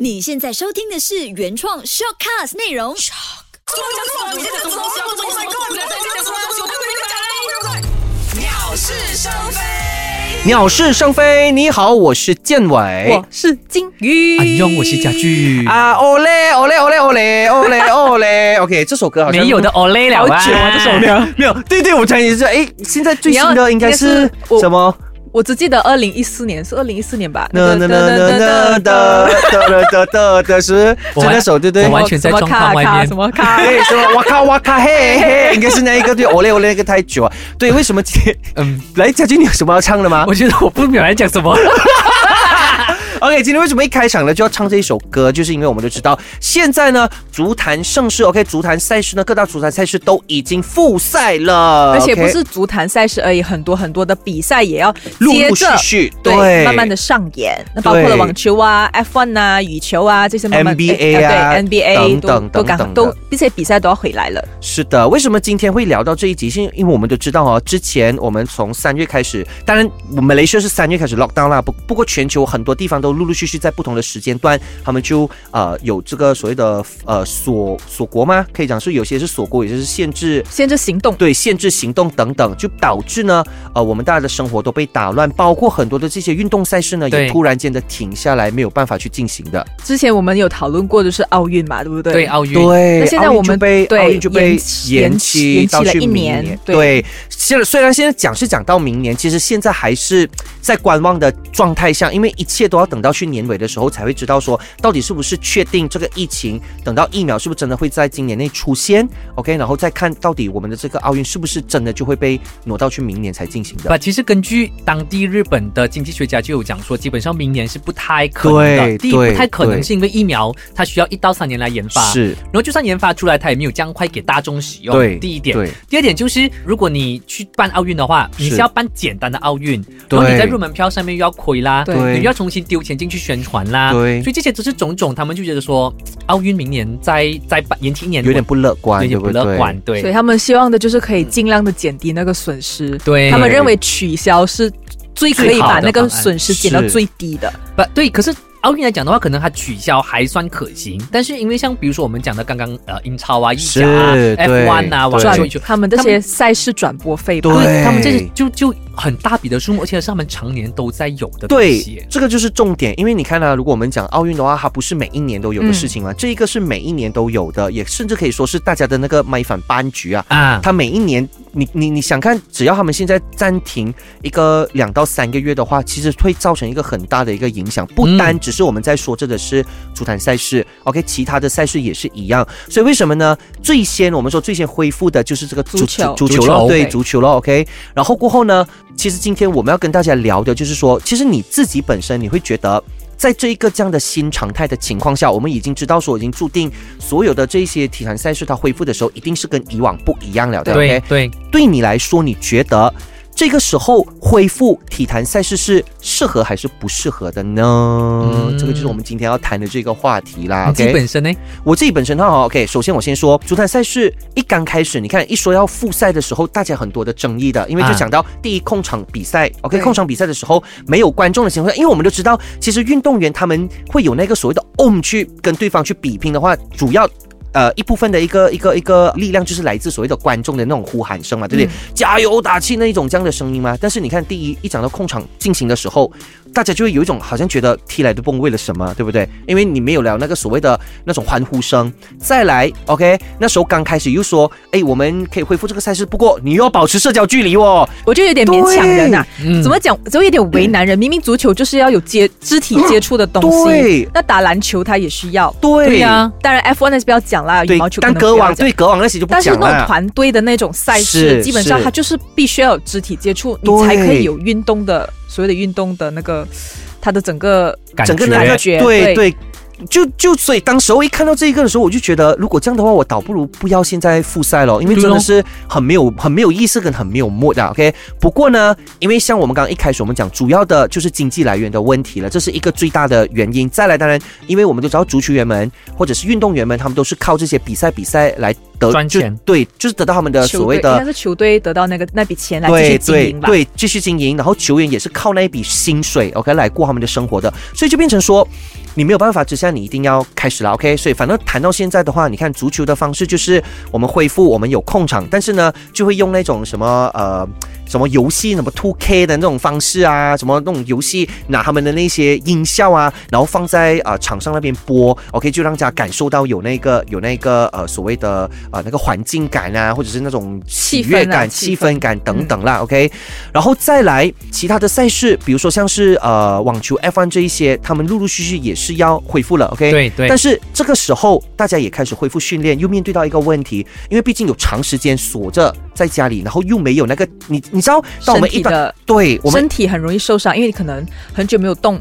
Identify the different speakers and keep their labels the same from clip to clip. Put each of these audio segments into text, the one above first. Speaker 1: 你现在收听的是原创 shortcast 内容。
Speaker 2: 我讲错了，你在讲什么东西啊？我讲错了，你在讲什么东西？我不跟你讲了。鸟是生非。
Speaker 3: 鸟是生非。你好，我是建伟
Speaker 4: 我。是金鱼，
Speaker 5: 安用哎我是家具，
Speaker 3: 啊，哦嘞，哦嘞，哦嘞，哦嘞，哦 嘞，哦嘞。OK，这首歌好像
Speaker 5: 没有的 Olay 了
Speaker 4: 好
Speaker 5: 啊，
Speaker 4: 久啊这首歌。
Speaker 3: 没有。对对，我讲也是。哎，现在最新
Speaker 4: 你要
Speaker 3: 的应该
Speaker 4: 应
Speaker 3: 是
Speaker 4: 该是我
Speaker 3: 什么？
Speaker 4: 我只记得二零一四年是二零一四年吧？
Speaker 3: 呢呢呢呢呢的的的的的是
Speaker 5: 我
Speaker 3: 是
Speaker 5: 完
Speaker 3: 那首对对
Speaker 5: 我。完全在
Speaker 4: 哦什么
Speaker 5: 状况
Speaker 4: 卡
Speaker 5: 外
Speaker 4: 卡
Speaker 5: 面
Speaker 4: 什。么卡？
Speaker 3: 哎，什么哇咔哇咔嘿嘿，应该是那一个对，哦嘞哦嘞那个太久啊。对，为什么今天
Speaker 5: 嗯，
Speaker 3: 来家军你有什么要唱的吗
Speaker 5: 我觉得我不明白讲什么。
Speaker 3: ？OK，今天为什么一开场呢就要唱这一首歌？就是因为我们都知道，现在呢足坛盛世，OK，足坛赛事呢各大足坛赛事都已经复赛了，
Speaker 4: 而且
Speaker 3: OK
Speaker 4: 不是足坛赛事而已，很多很多的比赛也要
Speaker 3: 陆
Speaker 4: 接
Speaker 3: 陆续
Speaker 4: 着
Speaker 3: 续
Speaker 4: 对慢慢的上演。那包括了网球啊、F1 啊、羽球啊这些慢慢
Speaker 3: NBA
Speaker 4: 哎
Speaker 3: 啊
Speaker 4: 对 NBA 都
Speaker 3: 等等
Speaker 4: 都赶
Speaker 3: 等等
Speaker 4: 都这些比赛都要回来了。
Speaker 3: 是的，为什么今天会聊到这一集？是因为我们都知道哦，之前我们从三月开始，当然我们雷射是三月开始 lockdown 啦，不不过全球很多地方都陆陆续续在不同的时间段，他们就呃有这个所谓的呃锁锁国吗？可以讲是有些是锁国，有些是限制。
Speaker 4: 先这行动，
Speaker 3: 对，限制行动等等，就导致呢，呃，我们大家的生活都被打乱，包括很多的这些运动赛事呢，也
Speaker 5: 对
Speaker 3: 突然间的停下来，没有办法去进行的。
Speaker 4: 之前我们有讨论过，就是奥运嘛，对不对？
Speaker 5: 对，奥运，
Speaker 3: 对，
Speaker 4: 那现在
Speaker 3: 奥运
Speaker 4: 我们
Speaker 3: 就被
Speaker 4: 对
Speaker 3: 奥运就被
Speaker 4: 延期
Speaker 3: 延
Speaker 4: 延
Speaker 3: 期
Speaker 4: 期
Speaker 3: 到
Speaker 4: 了
Speaker 3: 去
Speaker 4: 一
Speaker 3: 明
Speaker 4: 年对
Speaker 3: 对，现在虽然现在讲是讲到明年，其实现在还是在观望的状态下，因为一切都要等到去年尾的时候才会知道说到底是不是确定这个疫情，等到疫苗是不是真的会在今年内出现，OK，然后再看到底我们的这个奥运是不是真的就会被挪到去明年才进行的。
Speaker 5: 不，其实根据当地日本的经济学家就有讲说，基本上明年是不太可能
Speaker 3: 对
Speaker 5: 的。第一，
Speaker 3: 对
Speaker 5: 不太可能
Speaker 3: 对
Speaker 5: 是因为疫苗它需要一到三年来研发，
Speaker 3: 是，
Speaker 5: 然后就算研发出来，它也没有这样快给大众使用。
Speaker 3: 对
Speaker 5: 第一点。
Speaker 3: 对，
Speaker 5: 第二点就是，如果你去办奥运的话，你
Speaker 3: 是
Speaker 5: 是要办简单的奥运，
Speaker 3: 对
Speaker 5: 然后你在入门票上面又要亏啦，
Speaker 4: 对
Speaker 5: 你又要重新丢钱进去宣传啦，
Speaker 3: 对
Speaker 5: 所以这些都是种种，他们就觉得说，奥运明年再再办延期一年，
Speaker 3: 有点不乐观，
Speaker 5: 有点不
Speaker 3: 对
Speaker 5: 乐
Speaker 3: 对
Speaker 5: 观，对
Speaker 4: 所以他们希望的就是可以尽量的减低那个损失。
Speaker 5: 对，
Speaker 4: 他们认为取消是最可以把那个损失减到最低的。
Speaker 5: 不对，可是。奥运来讲的话，可能它取消还算可行，但是因为像比如说我们讲的刚刚呃英超啊、意甲啊、
Speaker 3: 是
Speaker 5: F1 啊、
Speaker 3: 对
Speaker 5: 网
Speaker 3: 嗯对
Speaker 5: 球、
Speaker 4: 转
Speaker 5: 羽球，
Speaker 4: 他们这些赛事转播费吧，
Speaker 3: 对
Speaker 5: 他们这些就就很大笔的数目，而且是他们常年都在有的东西
Speaker 3: 对，。这个就是重点，因为你看啊，如果我们讲奥运的话，它不是每一年都有的事
Speaker 5: 嗯
Speaker 3: 情嘛，啊这一个是每一年都有的，也甚至可以说是大家的那个麦反班局啊，
Speaker 5: 啊，
Speaker 3: 它每一年，你你你想看，只要他们现在暂停一个两到三个月的话，其实会造成一个很大的一个影响，不单只是我们在说这个
Speaker 5: 嗯
Speaker 3: 是足坛赛事、o k 其他的赛事也是一样。所以为什么呢？最先我们说最先恢复的就是这个
Speaker 4: 足球
Speaker 3: 足
Speaker 5: 足
Speaker 3: 球
Speaker 5: 球
Speaker 3: 了，对
Speaker 4: 对
Speaker 3: 足球了，OK。然后过后呢，其实今天我们要跟大家聊的就是说，其实你自己本身你会觉得。在这一个这样的新常态的情况下，我们已经知道说，已经注定所有的这些体坛赛事，它恢复的时候一定是跟以往不一样了的。
Speaker 5: 对
Speaker 3: OK，
Speaker 5: 对，
Speaker 3: 对你来说，你觉得这个时候恢复体坛赛事是适合还是不适合的呢？
Speaker 5: 嗯
Speaker 3: 这个就是我们今天要谈的这个话题啦。
Speaker 5: 你自己
Speaker 3: OK，
Speaker 5: 本身呢？
Speaker 3: 我自己本身的话，OK，首先我先说足坛赛事一刚开始，你看一说要复赛的时候，大家很多的争议的，因为就
Speaker 5: 啊
Speaker 3: 讲到第一控场比赛，OK，
Speaker 4: 对
Speaker 3: 控场比赛的时候没有观众的情况下，因为我们都知道，其实运动员他们会有那个所谓的 om 去跟对方去比拼的话，主要。呃，一部分的一个一个一个力量就是来自所谓的观众的那种呼喊声嘛，对不对？加油打气那一种这样的声音嘛。但是你看，第一一讲到控场进行的时候，大家就会有一种好像觉得踢来的蹦为了什么，对不对？因为你没有了那个所谓的那种欢呼声。再来，OK，那时候刚开始又说，哎，我们可以恢复这个赛事，不过你又要保持社交距离哦。
Speaker 4: 我就有点勉强人呐、啊
Speaker 5: 嗯
Speaker 4: 怎么讲？就有点为难人。明明足球就是要有接肢体接触的东西，
Speaker 3: 对
Speaker 4: 那打篮球它也需要。
Speaker 3: 对
Speaker 5: 对呀，
Speaker 4: 当然 F1 那是不要讲啦，羽
Speaker 3: 对
Speaker 4: 毛，球可
Speaker 3: 但
Speaker 4: 能
Speaker 3: 隔
Speaker 4: 不要
Speaker 3: 网
Speaker 4: 讲。
Speaker 3: 对隔网那些就不
Speaker 4: 但是
Speaker 3: 讲
Speaker 4: 那种
Speaker 3: 了。
Speaker 4: 团队的那种赛事，
Speaker 3: 是
Speaker 4: 基本上
Speaker 3: 是
Speaker 4: 它就是必须要有肢体接触，你
Speaker 3: 对
Speaker 4: 才可以有运动的所谓的运动的那个它的整个
Speaker 5: 感
Speaker 3: 整个那
Speaker 5: 觉
Speaker 3: 个
Speaker 4: 感觉
Speaker 3: 对
Speaker 4: 对
Speaker 3: 对。就就所以，当时候一看到这一个的时候，我就觉得，如果这样的话，我倒不如不要现在复赛了，因为真的是很没有很没有意思跟很没有墨的。OK，不过呢，因为像我们刚刚一开始我们讲，主要的就是经济来源的问题了，这是一个最大的原因。再来，当然，因为我们都知道足球员们或者是运动员们，他们都是靠这些比赛比赛来得
Speaker 5: 赚
Speaker 3: 就
Speaker 5: 钱
Speaker 3: 对，就是得到他们的所谓
Speaker 4: 球队应
Speaker 3: 的
Speaker 4: 该是球队得到那个那笔钱来继续
Speaker 3: 对
Speaker 4: 经
Speaker 3: 对
Speaker 4: 营吧。
Speaker 3: 对，继续经营，然后球员也是靠那一笔薪水，OK 来过他们的生活的，所以就变成说，你没有办法之下，你一定要开始了，OK。所以反正谈到现在的话，你看足球的方式就是我们恢复，我们有控场，但是呢，就会用那种什么呃什么游戏什么 Two K 的那种方式啊，什么那种游戏拿他们的那些音效啊，然后放在啊、呃场上那边播，OK，就让大家感受到有那个有那个呃所谓的呃那个环境感啊，或者是那种喜
Speaker 4: 气氛啊嗯
Speaker 3: 悦感、气
Speaker 4: 气
Speaker 3: 氛感等等啦、o k 然后再来其他的赛事，比如说像是呃网球 F1 这一些，他们陆陆续续也是要恢复了，OK，
Speaker 5: 对对
Speaker 3: 但是这个时候大家也开始恢复训练，又面对到一个问题，因为毕竟有长时间锁着在家里，然后又没有那个你你知道，当我们一
Speaker 4: 身体
Speaker 3: 段
Speaker 4: 的
Speaker 3: 对我们
Speaker 4: 身体很容易受伤，因为你可能很久没有动，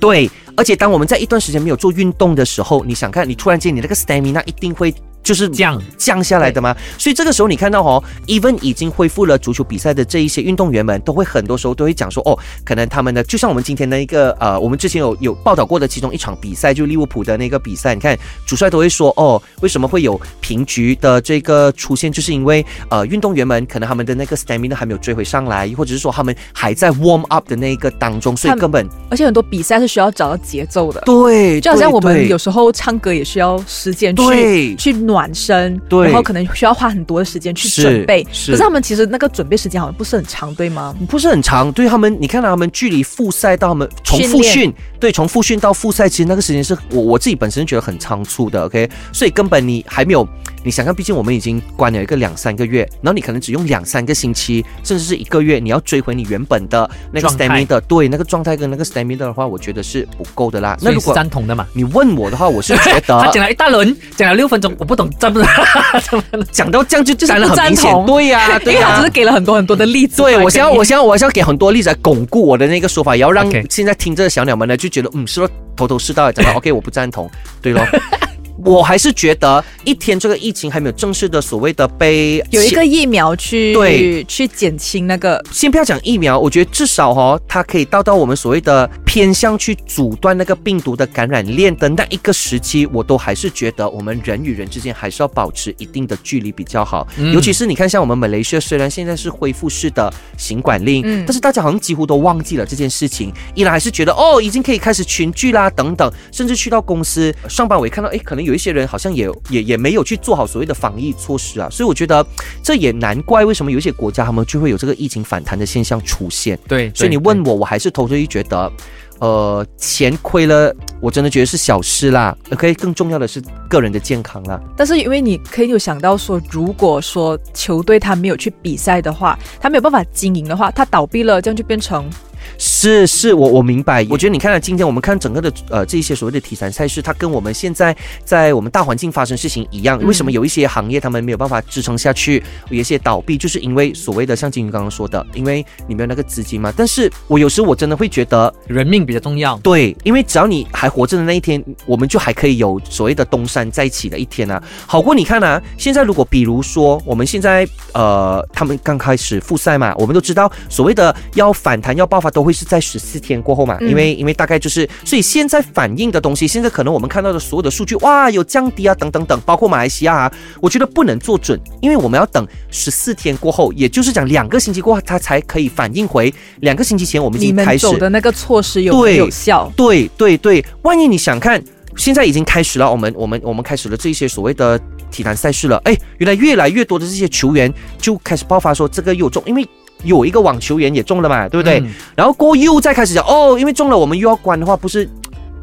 Speaker 3: 对，而且当我们在一段时间没有做运动的时候，你想看，你突然间你那个 stamina 一定会就是
Speaker 5: 降
Speaker 3: 降下来的吗？所以这个时候你看到哦，even 已经恢复了足球比赛的这一些运动员们，都会很多时候都会讲说，哦，可能他们的就像我们今天的一个呃，我们之前有有报道过的其中一场比赛，就利物浦的那个比赛，你看主帅都会说，哦，为什么会有平局的这个出现，就是因为呃运动员们可能他们的那个 stamina 还没有追回上来，或者是说他们还在 warm up 的那一个当中，所以
Speaker 4: 他们
Speaker 3: 根本
Speaker 4: 而且很多比赛是需要找到节奏的。
Speaker 3: 对，
Speaker 4: 就好像
Speaker 3: 对
Speaker 4: 我们
Speaker 3: 对
Speaker 4: 有时候唱歌也需要时间
Speaker 3: 对
Speaker 4: 去去暖身，
Speaker 3: 对
Speaker 4: 然后可能需要花很多的时间去
Speaker 3: 是
Speaker 4: 准备。
Speaker 3: 是
Speaker 4: 可是他们其实那个准备时间好像不是很长，对吗？
Speaker 3: 不是很长，对他们，你看到他们距离复赛到他们从复
Speaker 4: 训
Speaker 3: 训，对，从复训到复赛，其实那个时间是我我自己本身觉得很仓促的，OK，所以根本你还没有，你想象，毕竟我们已经关了一个两三个月，然后你可能只用两三个星期，甚至是一个月，你要追回你原本的那个
Speaker 5: 状态
Speaker 3: stamina，的对，那个状态跟那个 stamina 的话，我觉得是不够的啦。
Speaker 5: 所
Speaker 3: 那
Speaker 5: 以
Speaker 3: 如
Speaker 5: 是
Speaker 3: 果
Speaker 5: 赞同的嘛。
Speaker 3: 你问我的话，我是 觉
Speaker 5: 他
Speaker 3: 得
Speaker 5: 讲了一大轮，讲了六分钟，我不懂赞不赞。
Speaker 3: 讲到这样就
Speaker 4: 就是
Speaker 3: 讲得
Speaker 4: 不
Speaker 3: 很
Speaker 4: 赞
Speaker 3: 明显，
Speaker 4: 同
Speaker 3: 对呀、对
Speaker 4: 因为
Speaker 3: 呀、
Speaker 4: 他啊只是给了很多很多的例子。
Speaker 3: 对，我想要，我
Speaker 4: 想
Speaker 3: 想要，我想要给很多例子来巩固我的那个说法，也要让
Speaker 5: OK
Speaker 3: 现在听这个小鸟们呢，就觉得嗯，是咯，头头是道 地讲到 OK，我不赞同，对咯。我还是觉得一天这个疫情还没有正式的所谓的被
Speaker 4: 有一个疫苗去
Speaker 3: 对
Speaker 4: 去减轻那个
Speaker 3: 先不要讲疫苗，我觉得至少哦，它可以到到我们所谓的偏向去阻断那个病毒的感染链的那一个时期，我都还是觉得我们人与人之间还是要保持一定的距离比较好。
Speaker 5: 嗯
Speaker 3: 尤其是你看，像我们马来西亚虽然现在是恢复式的行管令，
Speaker 4: 嗯
Speaker 3: 但是大家好像几乎都忘记了这件事情，依然还是觉得哦，已经可以开始群聚啦等等，甚至去到公司上班，我也看到诶，可能有一些人好像也 也也没有去做好所谓的防疫措施啊，所以我觉得这也难怪为什么有一些国家他们就会有这个疫情反弹的现象出现。
Speaker 5: 对，
Speaker 3: 所以你问我，我还是头头一觉得，呃，钱亏了，我真的觉得是小事啦。OK，更重要的是个人的健康啦。
Speaker 4: 但是因为你可以有想到说，如果说球队他没有去比赛的话，他没有办法经营的话，他倒闭了，这样就变成
Speaker 3: 是是，我我明白。我觉得你看了今天我们看整个的呃这一些所谓的体坛赛事，它跟我们现在在我们大环境发生事情一样。为什么有一些行业他们没有办法支撑下去，有一些倒闭，就是因为所谓的像金鱼刚刚说的，因为你没有那个资金嘛。但是我有时我真的会觉得，
Speaker 5: 人命比较重要。
Speaker 3: 对，因为只要你还活着的那一天，我们就还可以有所谓的东山再起的一天啊，好过你看啊，现在如果比如说我们现在呃，他们刚开始复赛嘛，我们都知道所谓的要反弹要爆发都会是在十四天过后嘛，
Speaker 4: 嗯
Speaker 3: 因为因为大概就是，所以现在反映的东西，现在可能我们看到的所有的数据，哇，有降低啊，等等等，包括马来西亚啊，我觉得不能做准，因为我们要等十四天过后，也就是讲两个星期过后，它才可以反映回两个星期前我们已
Speaker 4: 你
Speaker 3: 经
Speaker 4: 们
Speaker 3: 开始
Speaker 4: 走的那个措施有
Speaker 3: 对
Speaker 4: 有效。
Speaker 3: 对对对，万一你想看，现在已经开始了，我们我们我们开始了这些所谓的体坛赛事了。哎，原来越来越多的这些球员就开始爆发说这个又中，因为。有一个网球员也中了嘛，对不对？
Speaker 5: 嗯
Speaker 3: 然后过后又再开始讲哦，因为中了我们又要关的话，不是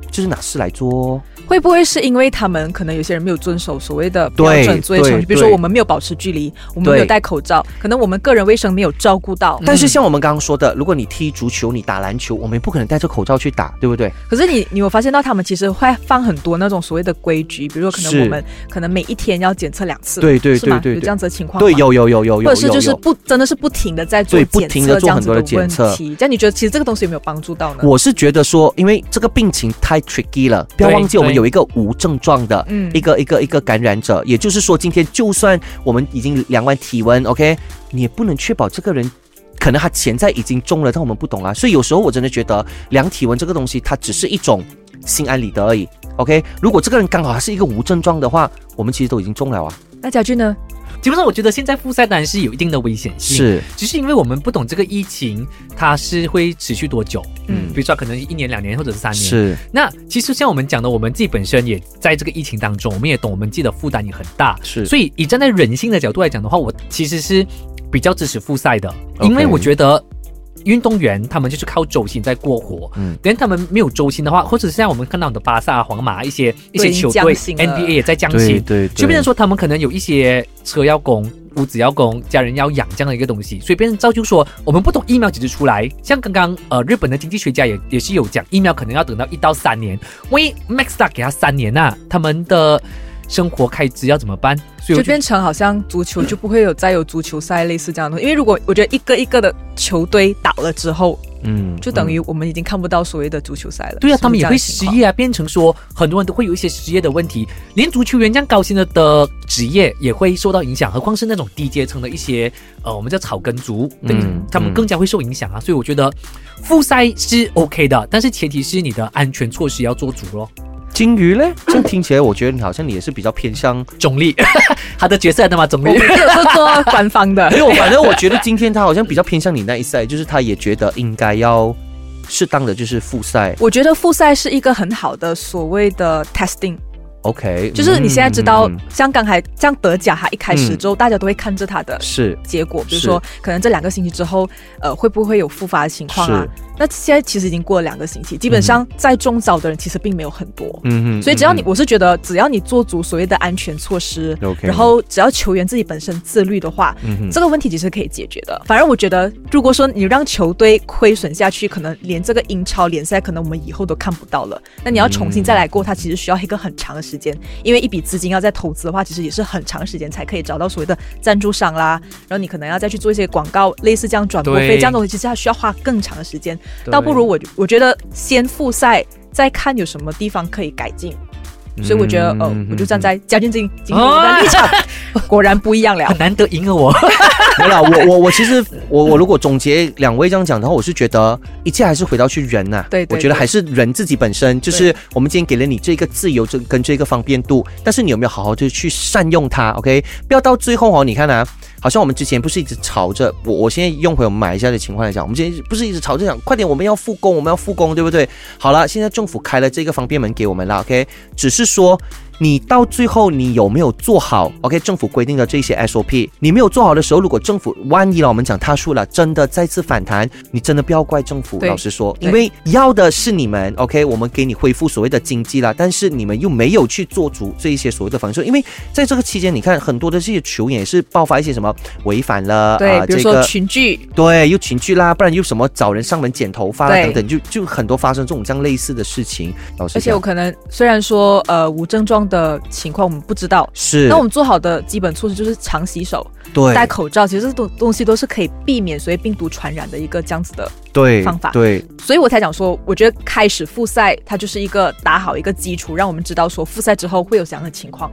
Speaker 3: 就是哪事来做？
Speaker 4: 会不会是因为他们可能有些人没有遵守所谓的标准
Speaker 3: 对
Speaker 4: 作业程
Speaker 3: 对
Speaker 4: 序？比如说
Speaker 3: 对
Speaker 4: 我们没有保持距离，我们没有
Speaker 3: 对
Speaker 4: 戴口罩，可能我们个人卫生没有照顾到。
Speaker 3: 但是像我们刚刚说的，如果你踢足球，你打篮球，我们也不可能戴着口罩去打，对不对？
Speaker 4: 可是你你有发现到他们其实会放很多那种所谓的规矩，比如说可
Speaker 3: 是
Speaker 4: 能我们可能每一天要检测两次，
Speaker 3: 对对
Speaker 4: 是吗
Speaker 3: 对对对
Speaker 4: 有这样子的情况吗
Speaker 3: 对，。有有有有有有
Speaker 4: 或者是就是呃
Speaker 3: 有
Speaker 4: 不真的是不停的在做
Speaker 3: 对不
Speaker 4: 检
Speaker 3: 停地
Speaker 4: 测
Speaker 3: 做
Speaker 4: 这样
Speaker 3: 很
Speaker 4: 子
Speaker 3: 多的
Speaker 4: 的
Speaker 3: 检
Speaker 4: 问
Speaker 3: 测
Speaker 4: 题，这样你觉得其实这个东西有没有帮助到呢？
Speaker 3: 我是觉得说，因为这个病情太 tricky 了，不要
Speaker 5: 对
Speaker 3: 忘记我们
Speaker 5: 对
Speaker 3: 有一个无症状的，
Speaker 4: 嗯
Speaker 3: 一个一个一个感染者，也就是说，今天就算我们已经量完体温，OK，你也不能确保这个人。可能他潜在已经中了，但我们不懂啊。所以有时候我真的觉得量体温这个东西，它只是一种心安理得而已。OK，如果这个人刚好他是一个无症状的话，我们其实都已经中了啊。
Speaker 4: 那家俊呢？
Speaker 5: 基本上我觉得现在复赛当然是有一定的危险性，
Speaker 3: 是，
Speaker 5: 只是因为我们不懂这个疫情它是会持续多久，
Speaker 3: 嗯
Speaker 5: 比如说可能一年、两年或者是三年。。
Speaker 3: 是，
Speaker 5: 那其实像我们讲的，我们自己本身也在这个疫情当中，我们也懂我们自己的负担也很大，
Speaker 3: 是
Speaker 5: 所以以站在人性的角度来讲的话，我其实是比较支持复赛的，
Speaker 3: OK
Speaker 5: 因为我觉得。运动员他们就是靠周薪在过活，
Speaker 3: 嗯
Speaker 5: 嗯，等他们没有周薪的话，或者是像我们看到的巴萨、啊、皇马啊一些一些
Speaker 4: 已经
Speaker 5: 球队
Speaker 4: 降薪了
Speaker 5: ，NBA 也在降
Speaker 3: 对
Speaker 5: 薪，
Speaker 3: 对，
Speaker 5: 就变
Speaker 3: 对
Speaker 5: 成说他们可能有一些车要供、屋子要供、家人要养这样的一个东西，所以变成造就说我们不懂疫苗几时出来。像刚刚呃日本的经济学家也也是有讲，疫苗可能要等到一到三年，万一 Max 大给他三年呐、他们的生活开支要怎么办？所以
Speaker 4: 就
Speaker 5: 我觉
Speaker 4: 变
Speaker 5: 得
Speaker 4: 成好像足球就不会有再有足球赛类似这样的东西，因为如果我觉得一个一个的球队倒了之后，
Speaker 3: 嗯，
Speaker 4: 就等
Speaker 3: 嗯
Speaker 4: 于我们已经看不到所谓的足球赛了。
Speaker 5: 对啊，
Speaker 4: 是
Speaker 5: 他
Speaker 4: 不
Speaker 5: 们
Speaker 4: 是这
Speaker 5: 也
Speaker 4: 样的
Speaker 5: 会
Speaker 4: 情
Speaker 5: 失
Speaker 4: 况
Speaker 5: 业啊，变成说很多人都会有一些失业的问题，连足球员这样高薪的的职业也会受到影响，何况是那种低阶层的一些呃，我们叫草根族，对、
Speaker 3: 嗯
Speaker 5: 他们
Speaker 3: 嗯
Speaker 5: 更加会受影响啊。所以我觉得复赛是 OK 的，但是前提是你的安全措施要做足咯。
Speaker 3: 金鱼嘞，这样听起来我觉得你好像你也是比较偏向，
Speaker 5: 总理， 他的角色来的嘛，总
Speaker 4: 我
Speaker 5: 理
Speaker 4: 们。这个是做官方的
Speaker 3: 没，有，反正我觉得今天他好像比较偏向你那一赛，就是他也觉得应该要适当的就是复赛
Speaker 4: 我觉得复赛是一个很好的所谓的 testing，
Speaker 3: ，OK，
Speaker 4: 就是你现在知道
Speaker 3: 嗯嗯，
Speaker 4: 像刚才像德甲哈一开始之后，大家都会看着它的
Speaker 3: 嗯是
Speaker 4: 结果，比如
Speaker 3: 是
Speaker 4: 说可能这两个星期之后，呃，会不会有复发的情况啊
Speaker 3: 是？嗯
Speaker 4: 那现在其实已经过了两个星期，基本上在中招的人其实并没有很多。
Speaker 3: 嗯嗯
Speaker 4: 所以只要你，
Speaker 3: 嗯
Speaker 4: 我是觉得只要你做足所谓的安全措施
Speaker 3: OK
Speaker 4: 然后只要球员自己本身自律的话，
Speaker 3: 嗯哼
Speaker 4: 这个问题其实可以解决的。反正我觉得，如果说你让球队亏损下去，可能连这个英超联赛可能我们以后都看不到了。那你要重新再来过，它其实需要一个很长的时间，因为一笔资金要再投资的话，其实也是很长时间才可以找到所谓的赞助商啦。然后你可能要再去做一些广告，类似这样转播费
Speaker 5: 对
Speaker 4: 这样东西，其实它需要花更长的时间。
Speaker 5: 对
Speaker 4: 倒不如我我觉得先复赛，再看有什么地方可以改进。所以我觉得，呃
Speaker 3: 嗯，
Speaker 4: 我就站在嘉俊金金主的立场，果然不一样了。
Speaker 5: 很难得赢了我，
Speaker 3: 没有啦，我我我其实我我如果总结两位这样讲的话，我是觉得一切还是回到去人呐、
Speaker 4: 对对
Speaker 3: 我觉得
Speaker 4: 对
Speaker 3: 还是人自己本身，就是我们今天给了你这个自由，这跟这个方便度，但是你有没有好好的去善用它？OK，不要到最后哦，你看啊，好像我们之前不是一直吵着我，我现在用回我们马来西亚的情况来讲，我们之前不是一直吵着讲，快点我们要复工，我们要复工，对不对？好了，现在政府开了这个方便门给我们了，OK，只是说你到最后你有没有做好？OK，政府规定的这些 SOP，你没有做好的时候，如果政府万一了，我们讲他输了，真的再次反弹，你真的不要怪政府。
Speaker 4: 对
Speaker 3: 老实说，
Speaker 4: 对
Speaker 3: 因为要的是你们，OK，我们给你恢复所谓的经济了，但是你们又没有去做足这一些所谓的防守，因为在这个期间，你看很多的这些球员也是爆发一些什么违反了
Speaker 4: 对
Speaker 3: 啊、，
Speaker 4: 比如
Speaker 3: 这
Speaker 4: 说
Speaker 3: 个。
Speaker 4: 群聚，
Speaker 3: 对，又群聚啦，不然又什么找人上门剪头发啦
Speaker 4: 对
Speaker 3: 等等，就就很多发生这种这样类似的事情。老实
Speaker 4: 而且
Speaker 3: 讲
Speaker 4: 我可能虽然说呃无症状的情况我们不知道，
Speaker 3: 是，
Speaker 4: 那我们做好的基本措施就是常洗手、
Speaker 3: 对
Speaker 4: 戴口罩，其实这东东西都是可以避免所谓病毒传染的一个这样子的，
Speaker 3: 对
Speaker 4: 方法
Speaker 3: 对
Speaker 4: 所以我才讲说，我觉得开始复赛它就是一个打好一个基础，让我们知道说复赛之后会有怎样的情况，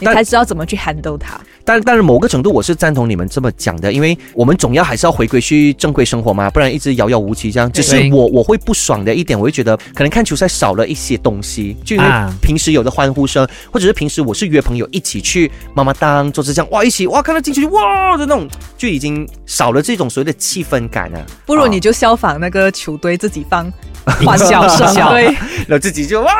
Speaker 4: 你
Speaker 3: 但
Speaker 4: 才知道怎么去 handle 它。
Speaker 3: 但但是某个程度我是赞同你们这么讲的，因为我们总要还是要回归去正规生活嘛，不然一直遥遥无期这样。只是
Speaker 5: 对
Speaker 3: 我我会不爽的一点，我会觉得可能看球赛少了一些东西，就因为
Speaker 5: 啊
Speaker 3: 平时有的欢呼声，或者是平时我是约朋友一起去妈妈当做是这样，哇，一起哇看到进去哇的那种，就已经少了这种所谓的气氛感啊。
Speaker 4: 不如
Speaker 3: 啊
Speaker 4: 你就效仿那个球队自己放
Speaker 5: 欢
Speaker 4: 欢笑声，
Speaker 5: 笑
Speaker 4: 对，
Speaker 3: 然后自己就哇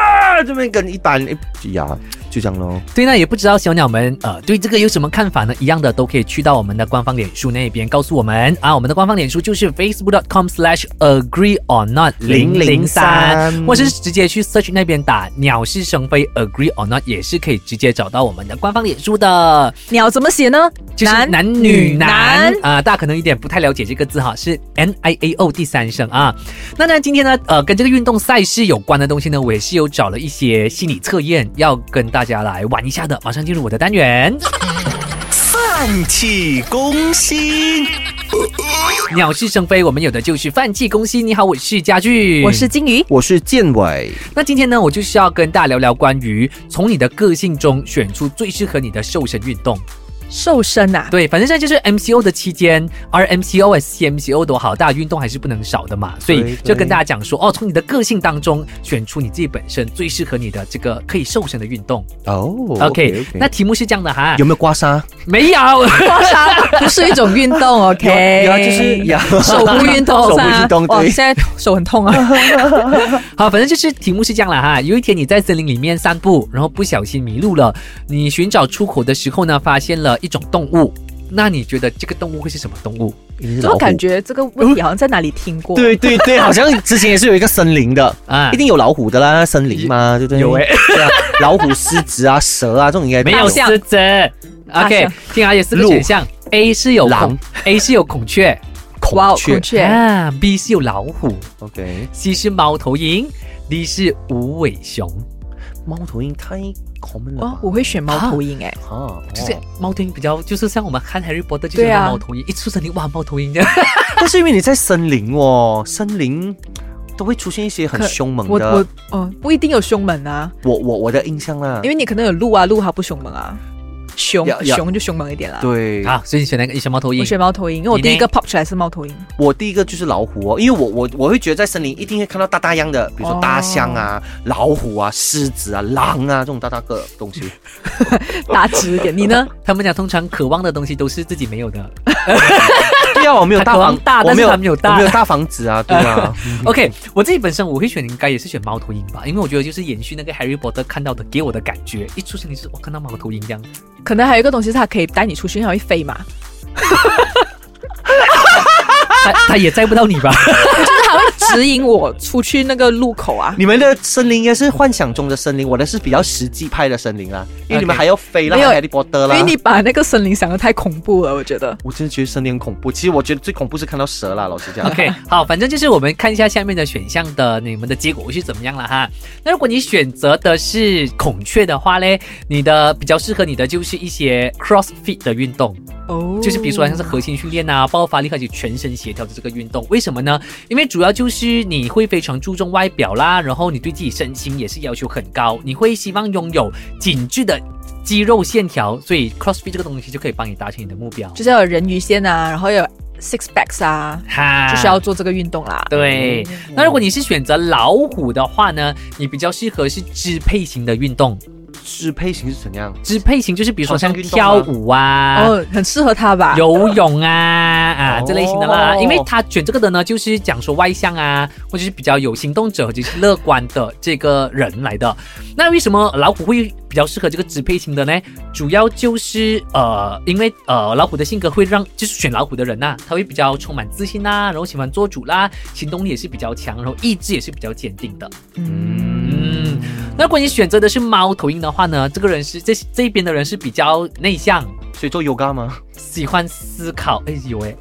Speaker 3: 这边跟一般哎呀就这样咯。
Speaker 5: 对，那也不知道小鸟们呃对这个有什么看法呢？一样的都可以去到我们的官方脸书那边告诉我们啊，我们的官方脸书就是 facebook.com/slash agree or not 零零
Speaker 3: 003
Speaker 5: 三，或是直接去 search 那边打“鸟是生非 agree or not” 也是可以直接找到我们的官方脸书的，
Speaker 4: 鸟怎么写呢？
Speaker 5: 就是男女男啊、大家可能有点不太了解这个字哈，是 N I A O 第三声啊。那呢，今天呢，呃，跟这个运动赛事有关的东西呢，我也是有找了一些心理测验要跟大家来玩一下的。马上进入我的单 元。
Speaker 6: 泛起攻心。
Speaker 5: 鸟是生非，我们有的就是泛气攻心。你好，我是家具，
Speaker 4: 我是金鱼，
Speaker 3: 我是建伟，
Speaker 5: 那今天呢，我就是要跟大家聊聊关于从你的个性中选出最适合你的瘦身运动。
Speaker 4: 瘦身啊，
Speaker 5: 对，反正现在就是 MCO 的期间，RMCO 还是 CMCO 都好，大家运动还是不能少的嘛，所以
Speaker 3: 对
Speaker 5: 就跟
Speaker 3: 对
Speaker 5: 大家讲说，哦，从你的个性当中选出你自己本身最适合你的这个可以瘦身的运动。
Speaker 3: 哦
Speaker 5: OK，那题目是这样的哈，
Speaker 3: 有没有刮 痧？
Speaker 5: 没有？
Speaker 4: 刮痧不是一种运动 ，OK？
Speaker 3: 有啊就是有
Speaker 4: 手部运动，
Speaker 3: 手部运动
Speaker 4: 哇，
Speaker 3: 对
Speaker 4: 现在手很痛啊。
Speaker 5: 好，反正就是题目是这样了哈。有一天你在森林里面散步，然后不小心迷路了，你寻找出口的时候呢，发现了一种动物。那你觉得这个动物会是什么动物？
Speaker 4: 怎么感觉这个问题好像在哪里听过？
Speaker 3: 对对对，好像之前也是有一个森 林的，
Speaker 5: 啊
Speaker 3: 一定有老虎的啦，森林嘛，对不对？
Speaker 5: 有
Speaker 4: 哎
Speaker 5: 欸
Speaker 3: 对啊，老虎、狮子啊、蛇啊，这种应该
Speaker 5: 没有狮子。
Speaker 4: 大
Speaker 5: OK，
Speaker 4: 象
Speaker 5: 听好，有四个
Speaker 3: 鹿
Speaker 5: 选项：A 是有
Speaker 3: 狼
Speaker 5: 孔，A 是有孔雀
Speaker 4: 哇
Speaker 3: 孔
Speaker 4: 哦，
Speaker 3: 雀
Speaker 4: 孔。雀，
Speaker 5: 啊，B 是有老虎
Speaker 3: OK，
Speaker 5: ，C 是猫头鹰，D 是无尾熊。
Speaker 3: 猫头鹰太 common
Speaker 4: 哦
Speaker 3: 了吧，？
Speaker 4: 我会选猫头鹰哎，
Speaker 3: 啊，
Speaker 5: 就是
Speaker 3: 哦
Speaker 5: 猫头鹰比较，就是像我们看《Harry Potter》就是
Speaker 4: 对啊
Speaker 5: 那猫头鹰，一出生你哇猫头 鹰这样。
Speaker 3: 但是因为你在森林哦，森林都会出现一些很
Speaker 4: 可
Speaker 3: 凶猛
Speaker 4: 我我
Speaker 3: 的。
Speaker 4: 哦不一定有凶猛啊，
Speaker 3: 我我我的印象啦，
Speaker 4: 因为你可能有鹿啊，鹿它不凶猛啊，熊
Speaker 3: 呀呀
Speaker 4: 熊就凶猛一点啦。
Speaker 3: 对，
Speaker 5: 好，所以你选哪个？你选猫头鹰
Speaker 4: 我。选猫头鹰，因为我第一个 pop 出来是猫头鹰。
Speaker 3: 我第一个就是老虎哦，因为我我我会觉得在森林一定会看到大大样的，比如
Speaker 4: 哦
Speaker 3: 说大象啊、老虎啊、狮子啊、狼啊这种大大个的东 西。
Speaker 4: 大只一点。你呢？
Speaker 5: 他们讲通常渴望的东西都是自己没有的。
Speaker 3: 对啊，我没有大
Speaker 5: 他渴
Speaker 3: 房
Speaker 5: 望，大
Speaker 3: 我没
Speaker 5: 但是他没有大
Speaker 3: 我没有大房子 啊，对啊。
Speaker 4: 嗯
Speaker 5: OK，我自己本身我会选，应该也是选猫头鹰吧，因为我觉得就是延续那个 Harry Potter 看到的给我的感觉，一出生你就是我看到猫头鹰 这样。
Speaker 4: 可能还有一个东西是它可以带你出去，因为它会飞嘛，
Speaker 5: 他他也载不到你吧？
Speaker 4: 就是它会指引我出去那个路口 啊。
Speaker 3: 你们的森林应该是幻想中的森林，我的是比较实际派的森林啦，因为
Speaker 5: OK
Speaker 3: 你们还要飞啦，
Speaker 4: 没有
Speaker 3: 还有 Harry Potter
Speaker 4: 因
Speaker 3: 啦。
Speaker 4: 为你把那个森林想的太恐怖了，我觉得。
Speaker 3: 我真的觉得森林很恐怖，其实我觉得最恐怖是看到蛇啦，老实 讲。
Speaker 5: OK，好，反正就是我们看一下下面的选项的你们的结果是怎么样了哈。那如果你选择的是孔雀的话嘞，你的比较适合你的就是一些 CrossFit 的运动，
Speaker 4: 哦
Speaker 5: 就是比如说像是核心训练啊、爆发力和及全身协调的这个运动。为什么呢？因为主要就是你会非常注重外表啦，然后你对自己身形也是要求很高，你会希望拥有紧致的肌肉线条，所以 CrossFit 这个东西就可以帮你达成你的目标。
Speaker 4: 就是要有人鱼线啊，然后要有 six packs 啊，
Speaker 5: 哈
Speaker 4: 就是要做这个运动啦。
Speaker 5: 对，
Speaker 3: 嗯
Speaker 5: 那如果你是选择老虎的话呢，你比较适合是支配型的运动。
Speaker 3: 支配型是怎样？
Speaker 5: 支配型就是比如说像
Speaker 3: 好像运动
Speaker 5: 跳
Speaker 3: 吗
Speaker 5: 舞啊。
Speaker 4: 哦，很适合它吧？
Speaker 5: 游泳啊啊
Speaker 3: 哦
Speaker 5: 这类型的啦，因为他选这个的呢，就是讲说外向啊，或者是比较有行动者，或者是乐观的这个人来的。那为什么老虎会比较适合这个支配型的呢？主要就是呃，因为呃，老虎的性格会让就是选老虎的人呐、他会比较充满自信啊啦、然后喜欢做主啦，行动力也是比较强，然后意志也是比较坚定的。嗯，那如果你选择的是猫头鹰的话呢，这个人是这这边的人是比较内向，
Speaker 3: 所以做 yoga 吗？
Speaker 5: 喜欢思考。哎有哎，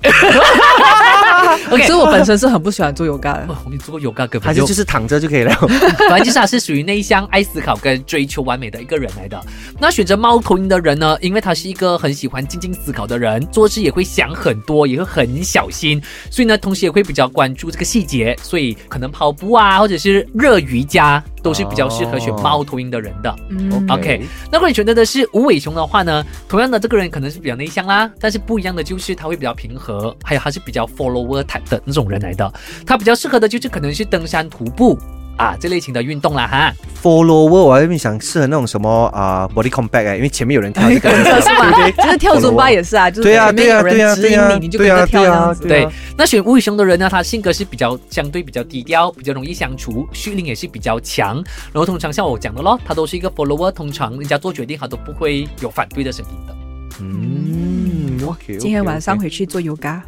Speaker 4: 所以我本身是很不喜欢做 yoga 的。
Speaker 5: 哇，我们做过 yoga 根
Speaker 3: 还
Speaker 5: 本
Speaker 3: 是
Speaker 5: 就
Speaker 3: 就，是躺着就可以了？
Speaker 5: 反正就是他是属于内向、爱思考跟追求完美的一个人来的。那选择猫头鹰的人呢，因为他是一个很喜欢静静思考的人，做事也会想很多，也会很小心，所以呢，同时也会比较关注这个细节，所以可能跑步啊，或者是热瑜伽，都是比较适合选
Speaker 3: 哦
Speaker 5: 猫头鹰的人的。
Speaker 4: 嗯
Speaker 5: OK，那如果你选择的是无尾熊的话呢，同样的这个人可能是比较内向啦，但是不一样的就是他会比较平和，还有他是比较 follower type 的那种人来的，他比较适合的就是可能是登山徒步。啊，这类型的运动啦哈，
Speaker 3: follower，我在那边想适合那种什么啊、body combat 哎、因为前面有人跳这个，
Speaker 4: 真的哦是吧？
Speaker 3: 对对
Speaker 4: 就是跳尊巴也是啊，就是
Speaker 3: 对啊
Speaker 4: 前面
Speaker 3: 对啊
Speaker 4: 有
Speaker 3: 对啊
Speaker 4: 人指
Speaker 3: 对
Speaker 4: 引
Speaker 3: 啊
Speaker 4: 你，你就跟着
Speaker 3: 对啊
Speaker 4: 跳
Speaker 3: 对
Speaker 4: 这样
Speaker 3: 啊
Speaker 4: 子。
Speaker 5: 对
Speaker 3: 啊，
Speaker 5: 那选无尾熊的人呢，他性格是比较相对比较低调，比较容易相处，适应力也是比较强，然后通常像我讲的咯，他都是一个 follower，通常人家做决定他都不会有反对的声音的。
Speaker 3: 嗯，OK，
Speaker 4: 今天晚上回去做 yoga，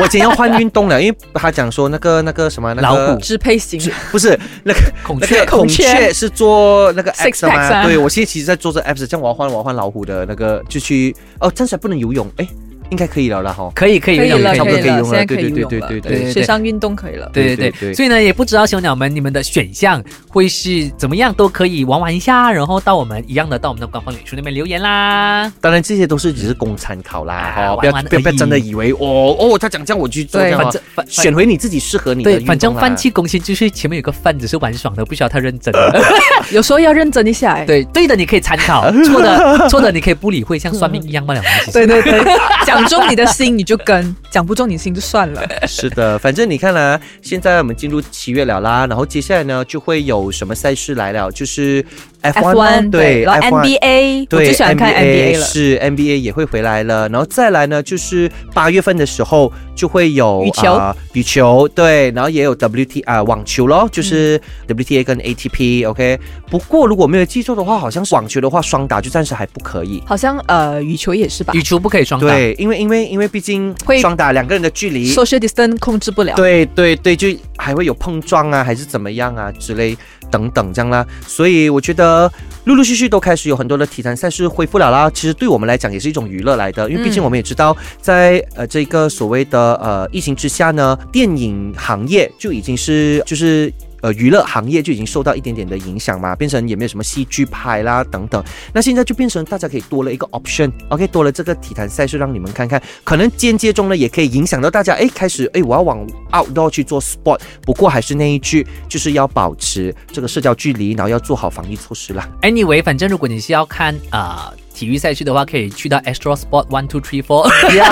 Speaker 3: 我今天要换运动了，因为他讲说那个那个什么那个
Speaker 5: 老虎
Speaker 4: 支配型。
Speaker 3: 不是那个
Speaker 5: 孔
Speaker 3: 那
Speaker 5: 雀
Speaker 3: 个孔雀是做那个
Speaker 4: Six
Speaker 3: apps 的
Speaker 4: packs 啊
Speaker 3: 吗？对，我现在其实在做这 apps，这样我要换我要换老虎的那个，就去哦，暂时还不能游泳，哎，应该可以了啦哈。
Speaker 5: 可以可以，
Speaker 4: 可以
Speaker 5: 有点
Speaker 4: 了，
Speaker 3: 差不
Speaker 4: 可
Speaker 3: 多
Speaker 4: 以
Speaker 3: 可以
Speaker 4: 了，
Speaker 3: 用
Speaker 4: 现
Speaker 3: 了
Speaker 4: 在可以
Speaker 3: 对对
Speaker 4: 用
Speaker 3: 对
Speaker 4: 了，
Speaker 3: 对
Speaker 5: 对对
Speaker 4: 水上运动可以了。
Speaker 5: 对对
Speaker 3: 对
Speaker 5: 对，
Speaker 3: 对
Speaker 5: 所以呢，也不知道小鸟们你们的选项会是怎么样，都可以玩玩一下，然后到我们一样的到我们的官方脸书那边留言啦。
Speaker 3: 当然这些都是只是供参考啦，
Speaker 5: 啊
Speaker 3: 哈，不要
Speaker 5: 玩玩
Speaker 3: 不要不
Speaker 5: 而
Speaker 3: 要
Speaker 5: 已
Speaker 3: 真的以为哦哦他讲这样我去做这
Speaker 4: 对
Speaker 3: 样
Speaker 5: 反
Speaker 3: 哦
Speaker 5: 正，反
Speaker 3: 选回你自己适合你的
Speaker 5: 哎对，
Speaker 3: 运
Speaker 5: 反正
Speaker 3: 动啦
Speaker 5: 饭气攻心就是前面有个饭，只是玩爽啊的，不需要太认真的。
Speaker 4: 有时候要认真一下。哎
Speaker 5: 对对的，你可以参 考；错的错的你可以不理会，像算命一样罢了嘛。其实
Speaker 4: 对对对，讲中你的心你就跟，讲不中你的心就算了。
Speaker 3: 是的，反正你看啦、现在我们进入七月了啦，然后接下来呢就会有什么赛事来了，就是 F1 咯
Speaker 4: F1
Speaker 3: 对
Speaker 4: 然后
Speaker 3: F1
Speaker 4: NBA，我
Speaker 3: 对，
Speaker 4: 最喜欢看
Speaker 3: NBA
Speaker 4: NBA 了。
Speaker 3: 是 NBA 也会回来了，然后再来呢，就是八月份的时候就会有
Speaker 4: 羽球
Speaker 3: 啊羽球对，然后也有 WT 啊、网球咯，就是
Speaker 4: 嗯
Speaker 3: WTA 跟 ATP OK。不过如果没有记错的话，好像是网球的话双打就暂时还不可以。
Speaker 4: 好像呃，羽球也是吧
Speaker 5: 羽球不可以双打，
Speaker 3: 对，因为因为因为毕竟
Speaker 4: 会
Speaker 3: 双打两个人的距离
Speaker 4: ，social distance 控制不了。
Speaker 3: 对对对，就还会有碰撞啊，还是怎么样啊之类等等这样啦。所以我觉得陆陆续续都开始有很多的体坛赛事恢复了啦。其实对我们来讲也是一种娱乐来的，因为毕竟
Speaker 4: 嗯
Speaker 3: 我们也知道在，呃这个所谓的呃疫情之下呢，电影行业就已经是就是。呃，娱乐行业就已经受到一点点的影响嘛，变成也没有什么戏剧拍啦等等。那现在就变成大家可以多了一个 option，OK，、多了这个体坛赛事让你们看看，可能间接中呢也可以影响到大家，哎，开始哎我要往 outdoor 去做 sport，不过还是那一句，就是要保持这个社交距离，然后要做好防疫措施啦。
Speaker 5: Anyway，反正如果你是要看啊、呃体育赛事的话，可以去到 Astro Sport One Two Three Four。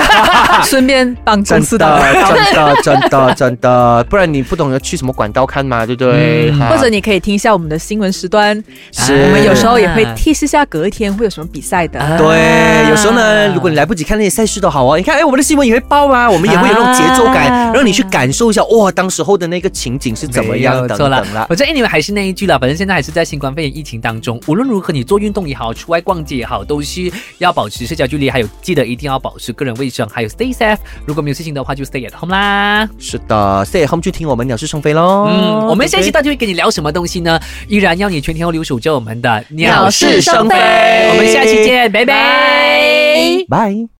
Speaker 4: 顺便帮公
Speaker 3: 真
Speaker 4: 司
Speaker 3: 的，
Speaker 4: 打广告。
Speaker 3: 真的，真的，真的，不然你不懂得去什么管道看嘛，对不对？
Speaker 5: 嗯
Speaker 3: 哈
Speaker 4: 或者你可以听一下我们的新闻时段，
Speaker 3: 是
Speaker 4: 我们有时候也会
Speaker 5: 啊
Speaker 4: tease 一下隔一天会有什么比赛的。
Speaker 3: 啊对，有时候呢，如果你来不及看那些赛事都好啊，你看，哎，我们的新闻也会报啊，我们也会有那种节奏感，
Speaker 5: 啊
Speaker 3: 让你去感受一下，哇，当时候的那个情景是怎么样
Speaker 5: 没有
Speaker 3: 等
Speaker 5: 错
Speaker 3: 等
Speaker 5: 啦
Speaker 3: 啦。
Speaker 5: 反正 anyway 还是那一句啦，反正现在还是在新冠肺炎疫情当中，无论如何你做运动也好，出外逛街也好，都是要保持社交距离，还有记得一定要保持个人卫生，还有 stay safe。如果没有事情的话，就 stay at home 啦。
Speaker 3: 是的，stay at home 就听我们鸟事生非喽。
Speaker 5: 嗯，我们下一期
Speaker 3: 对
Speaker 5: 到底会跟你聊什么东西呢？依然要你全天候留守着我们的
Speaker 3: 鸟事生非
Speaker 5: 我们下期见，拜拜
Speaker 3: 不对，拜。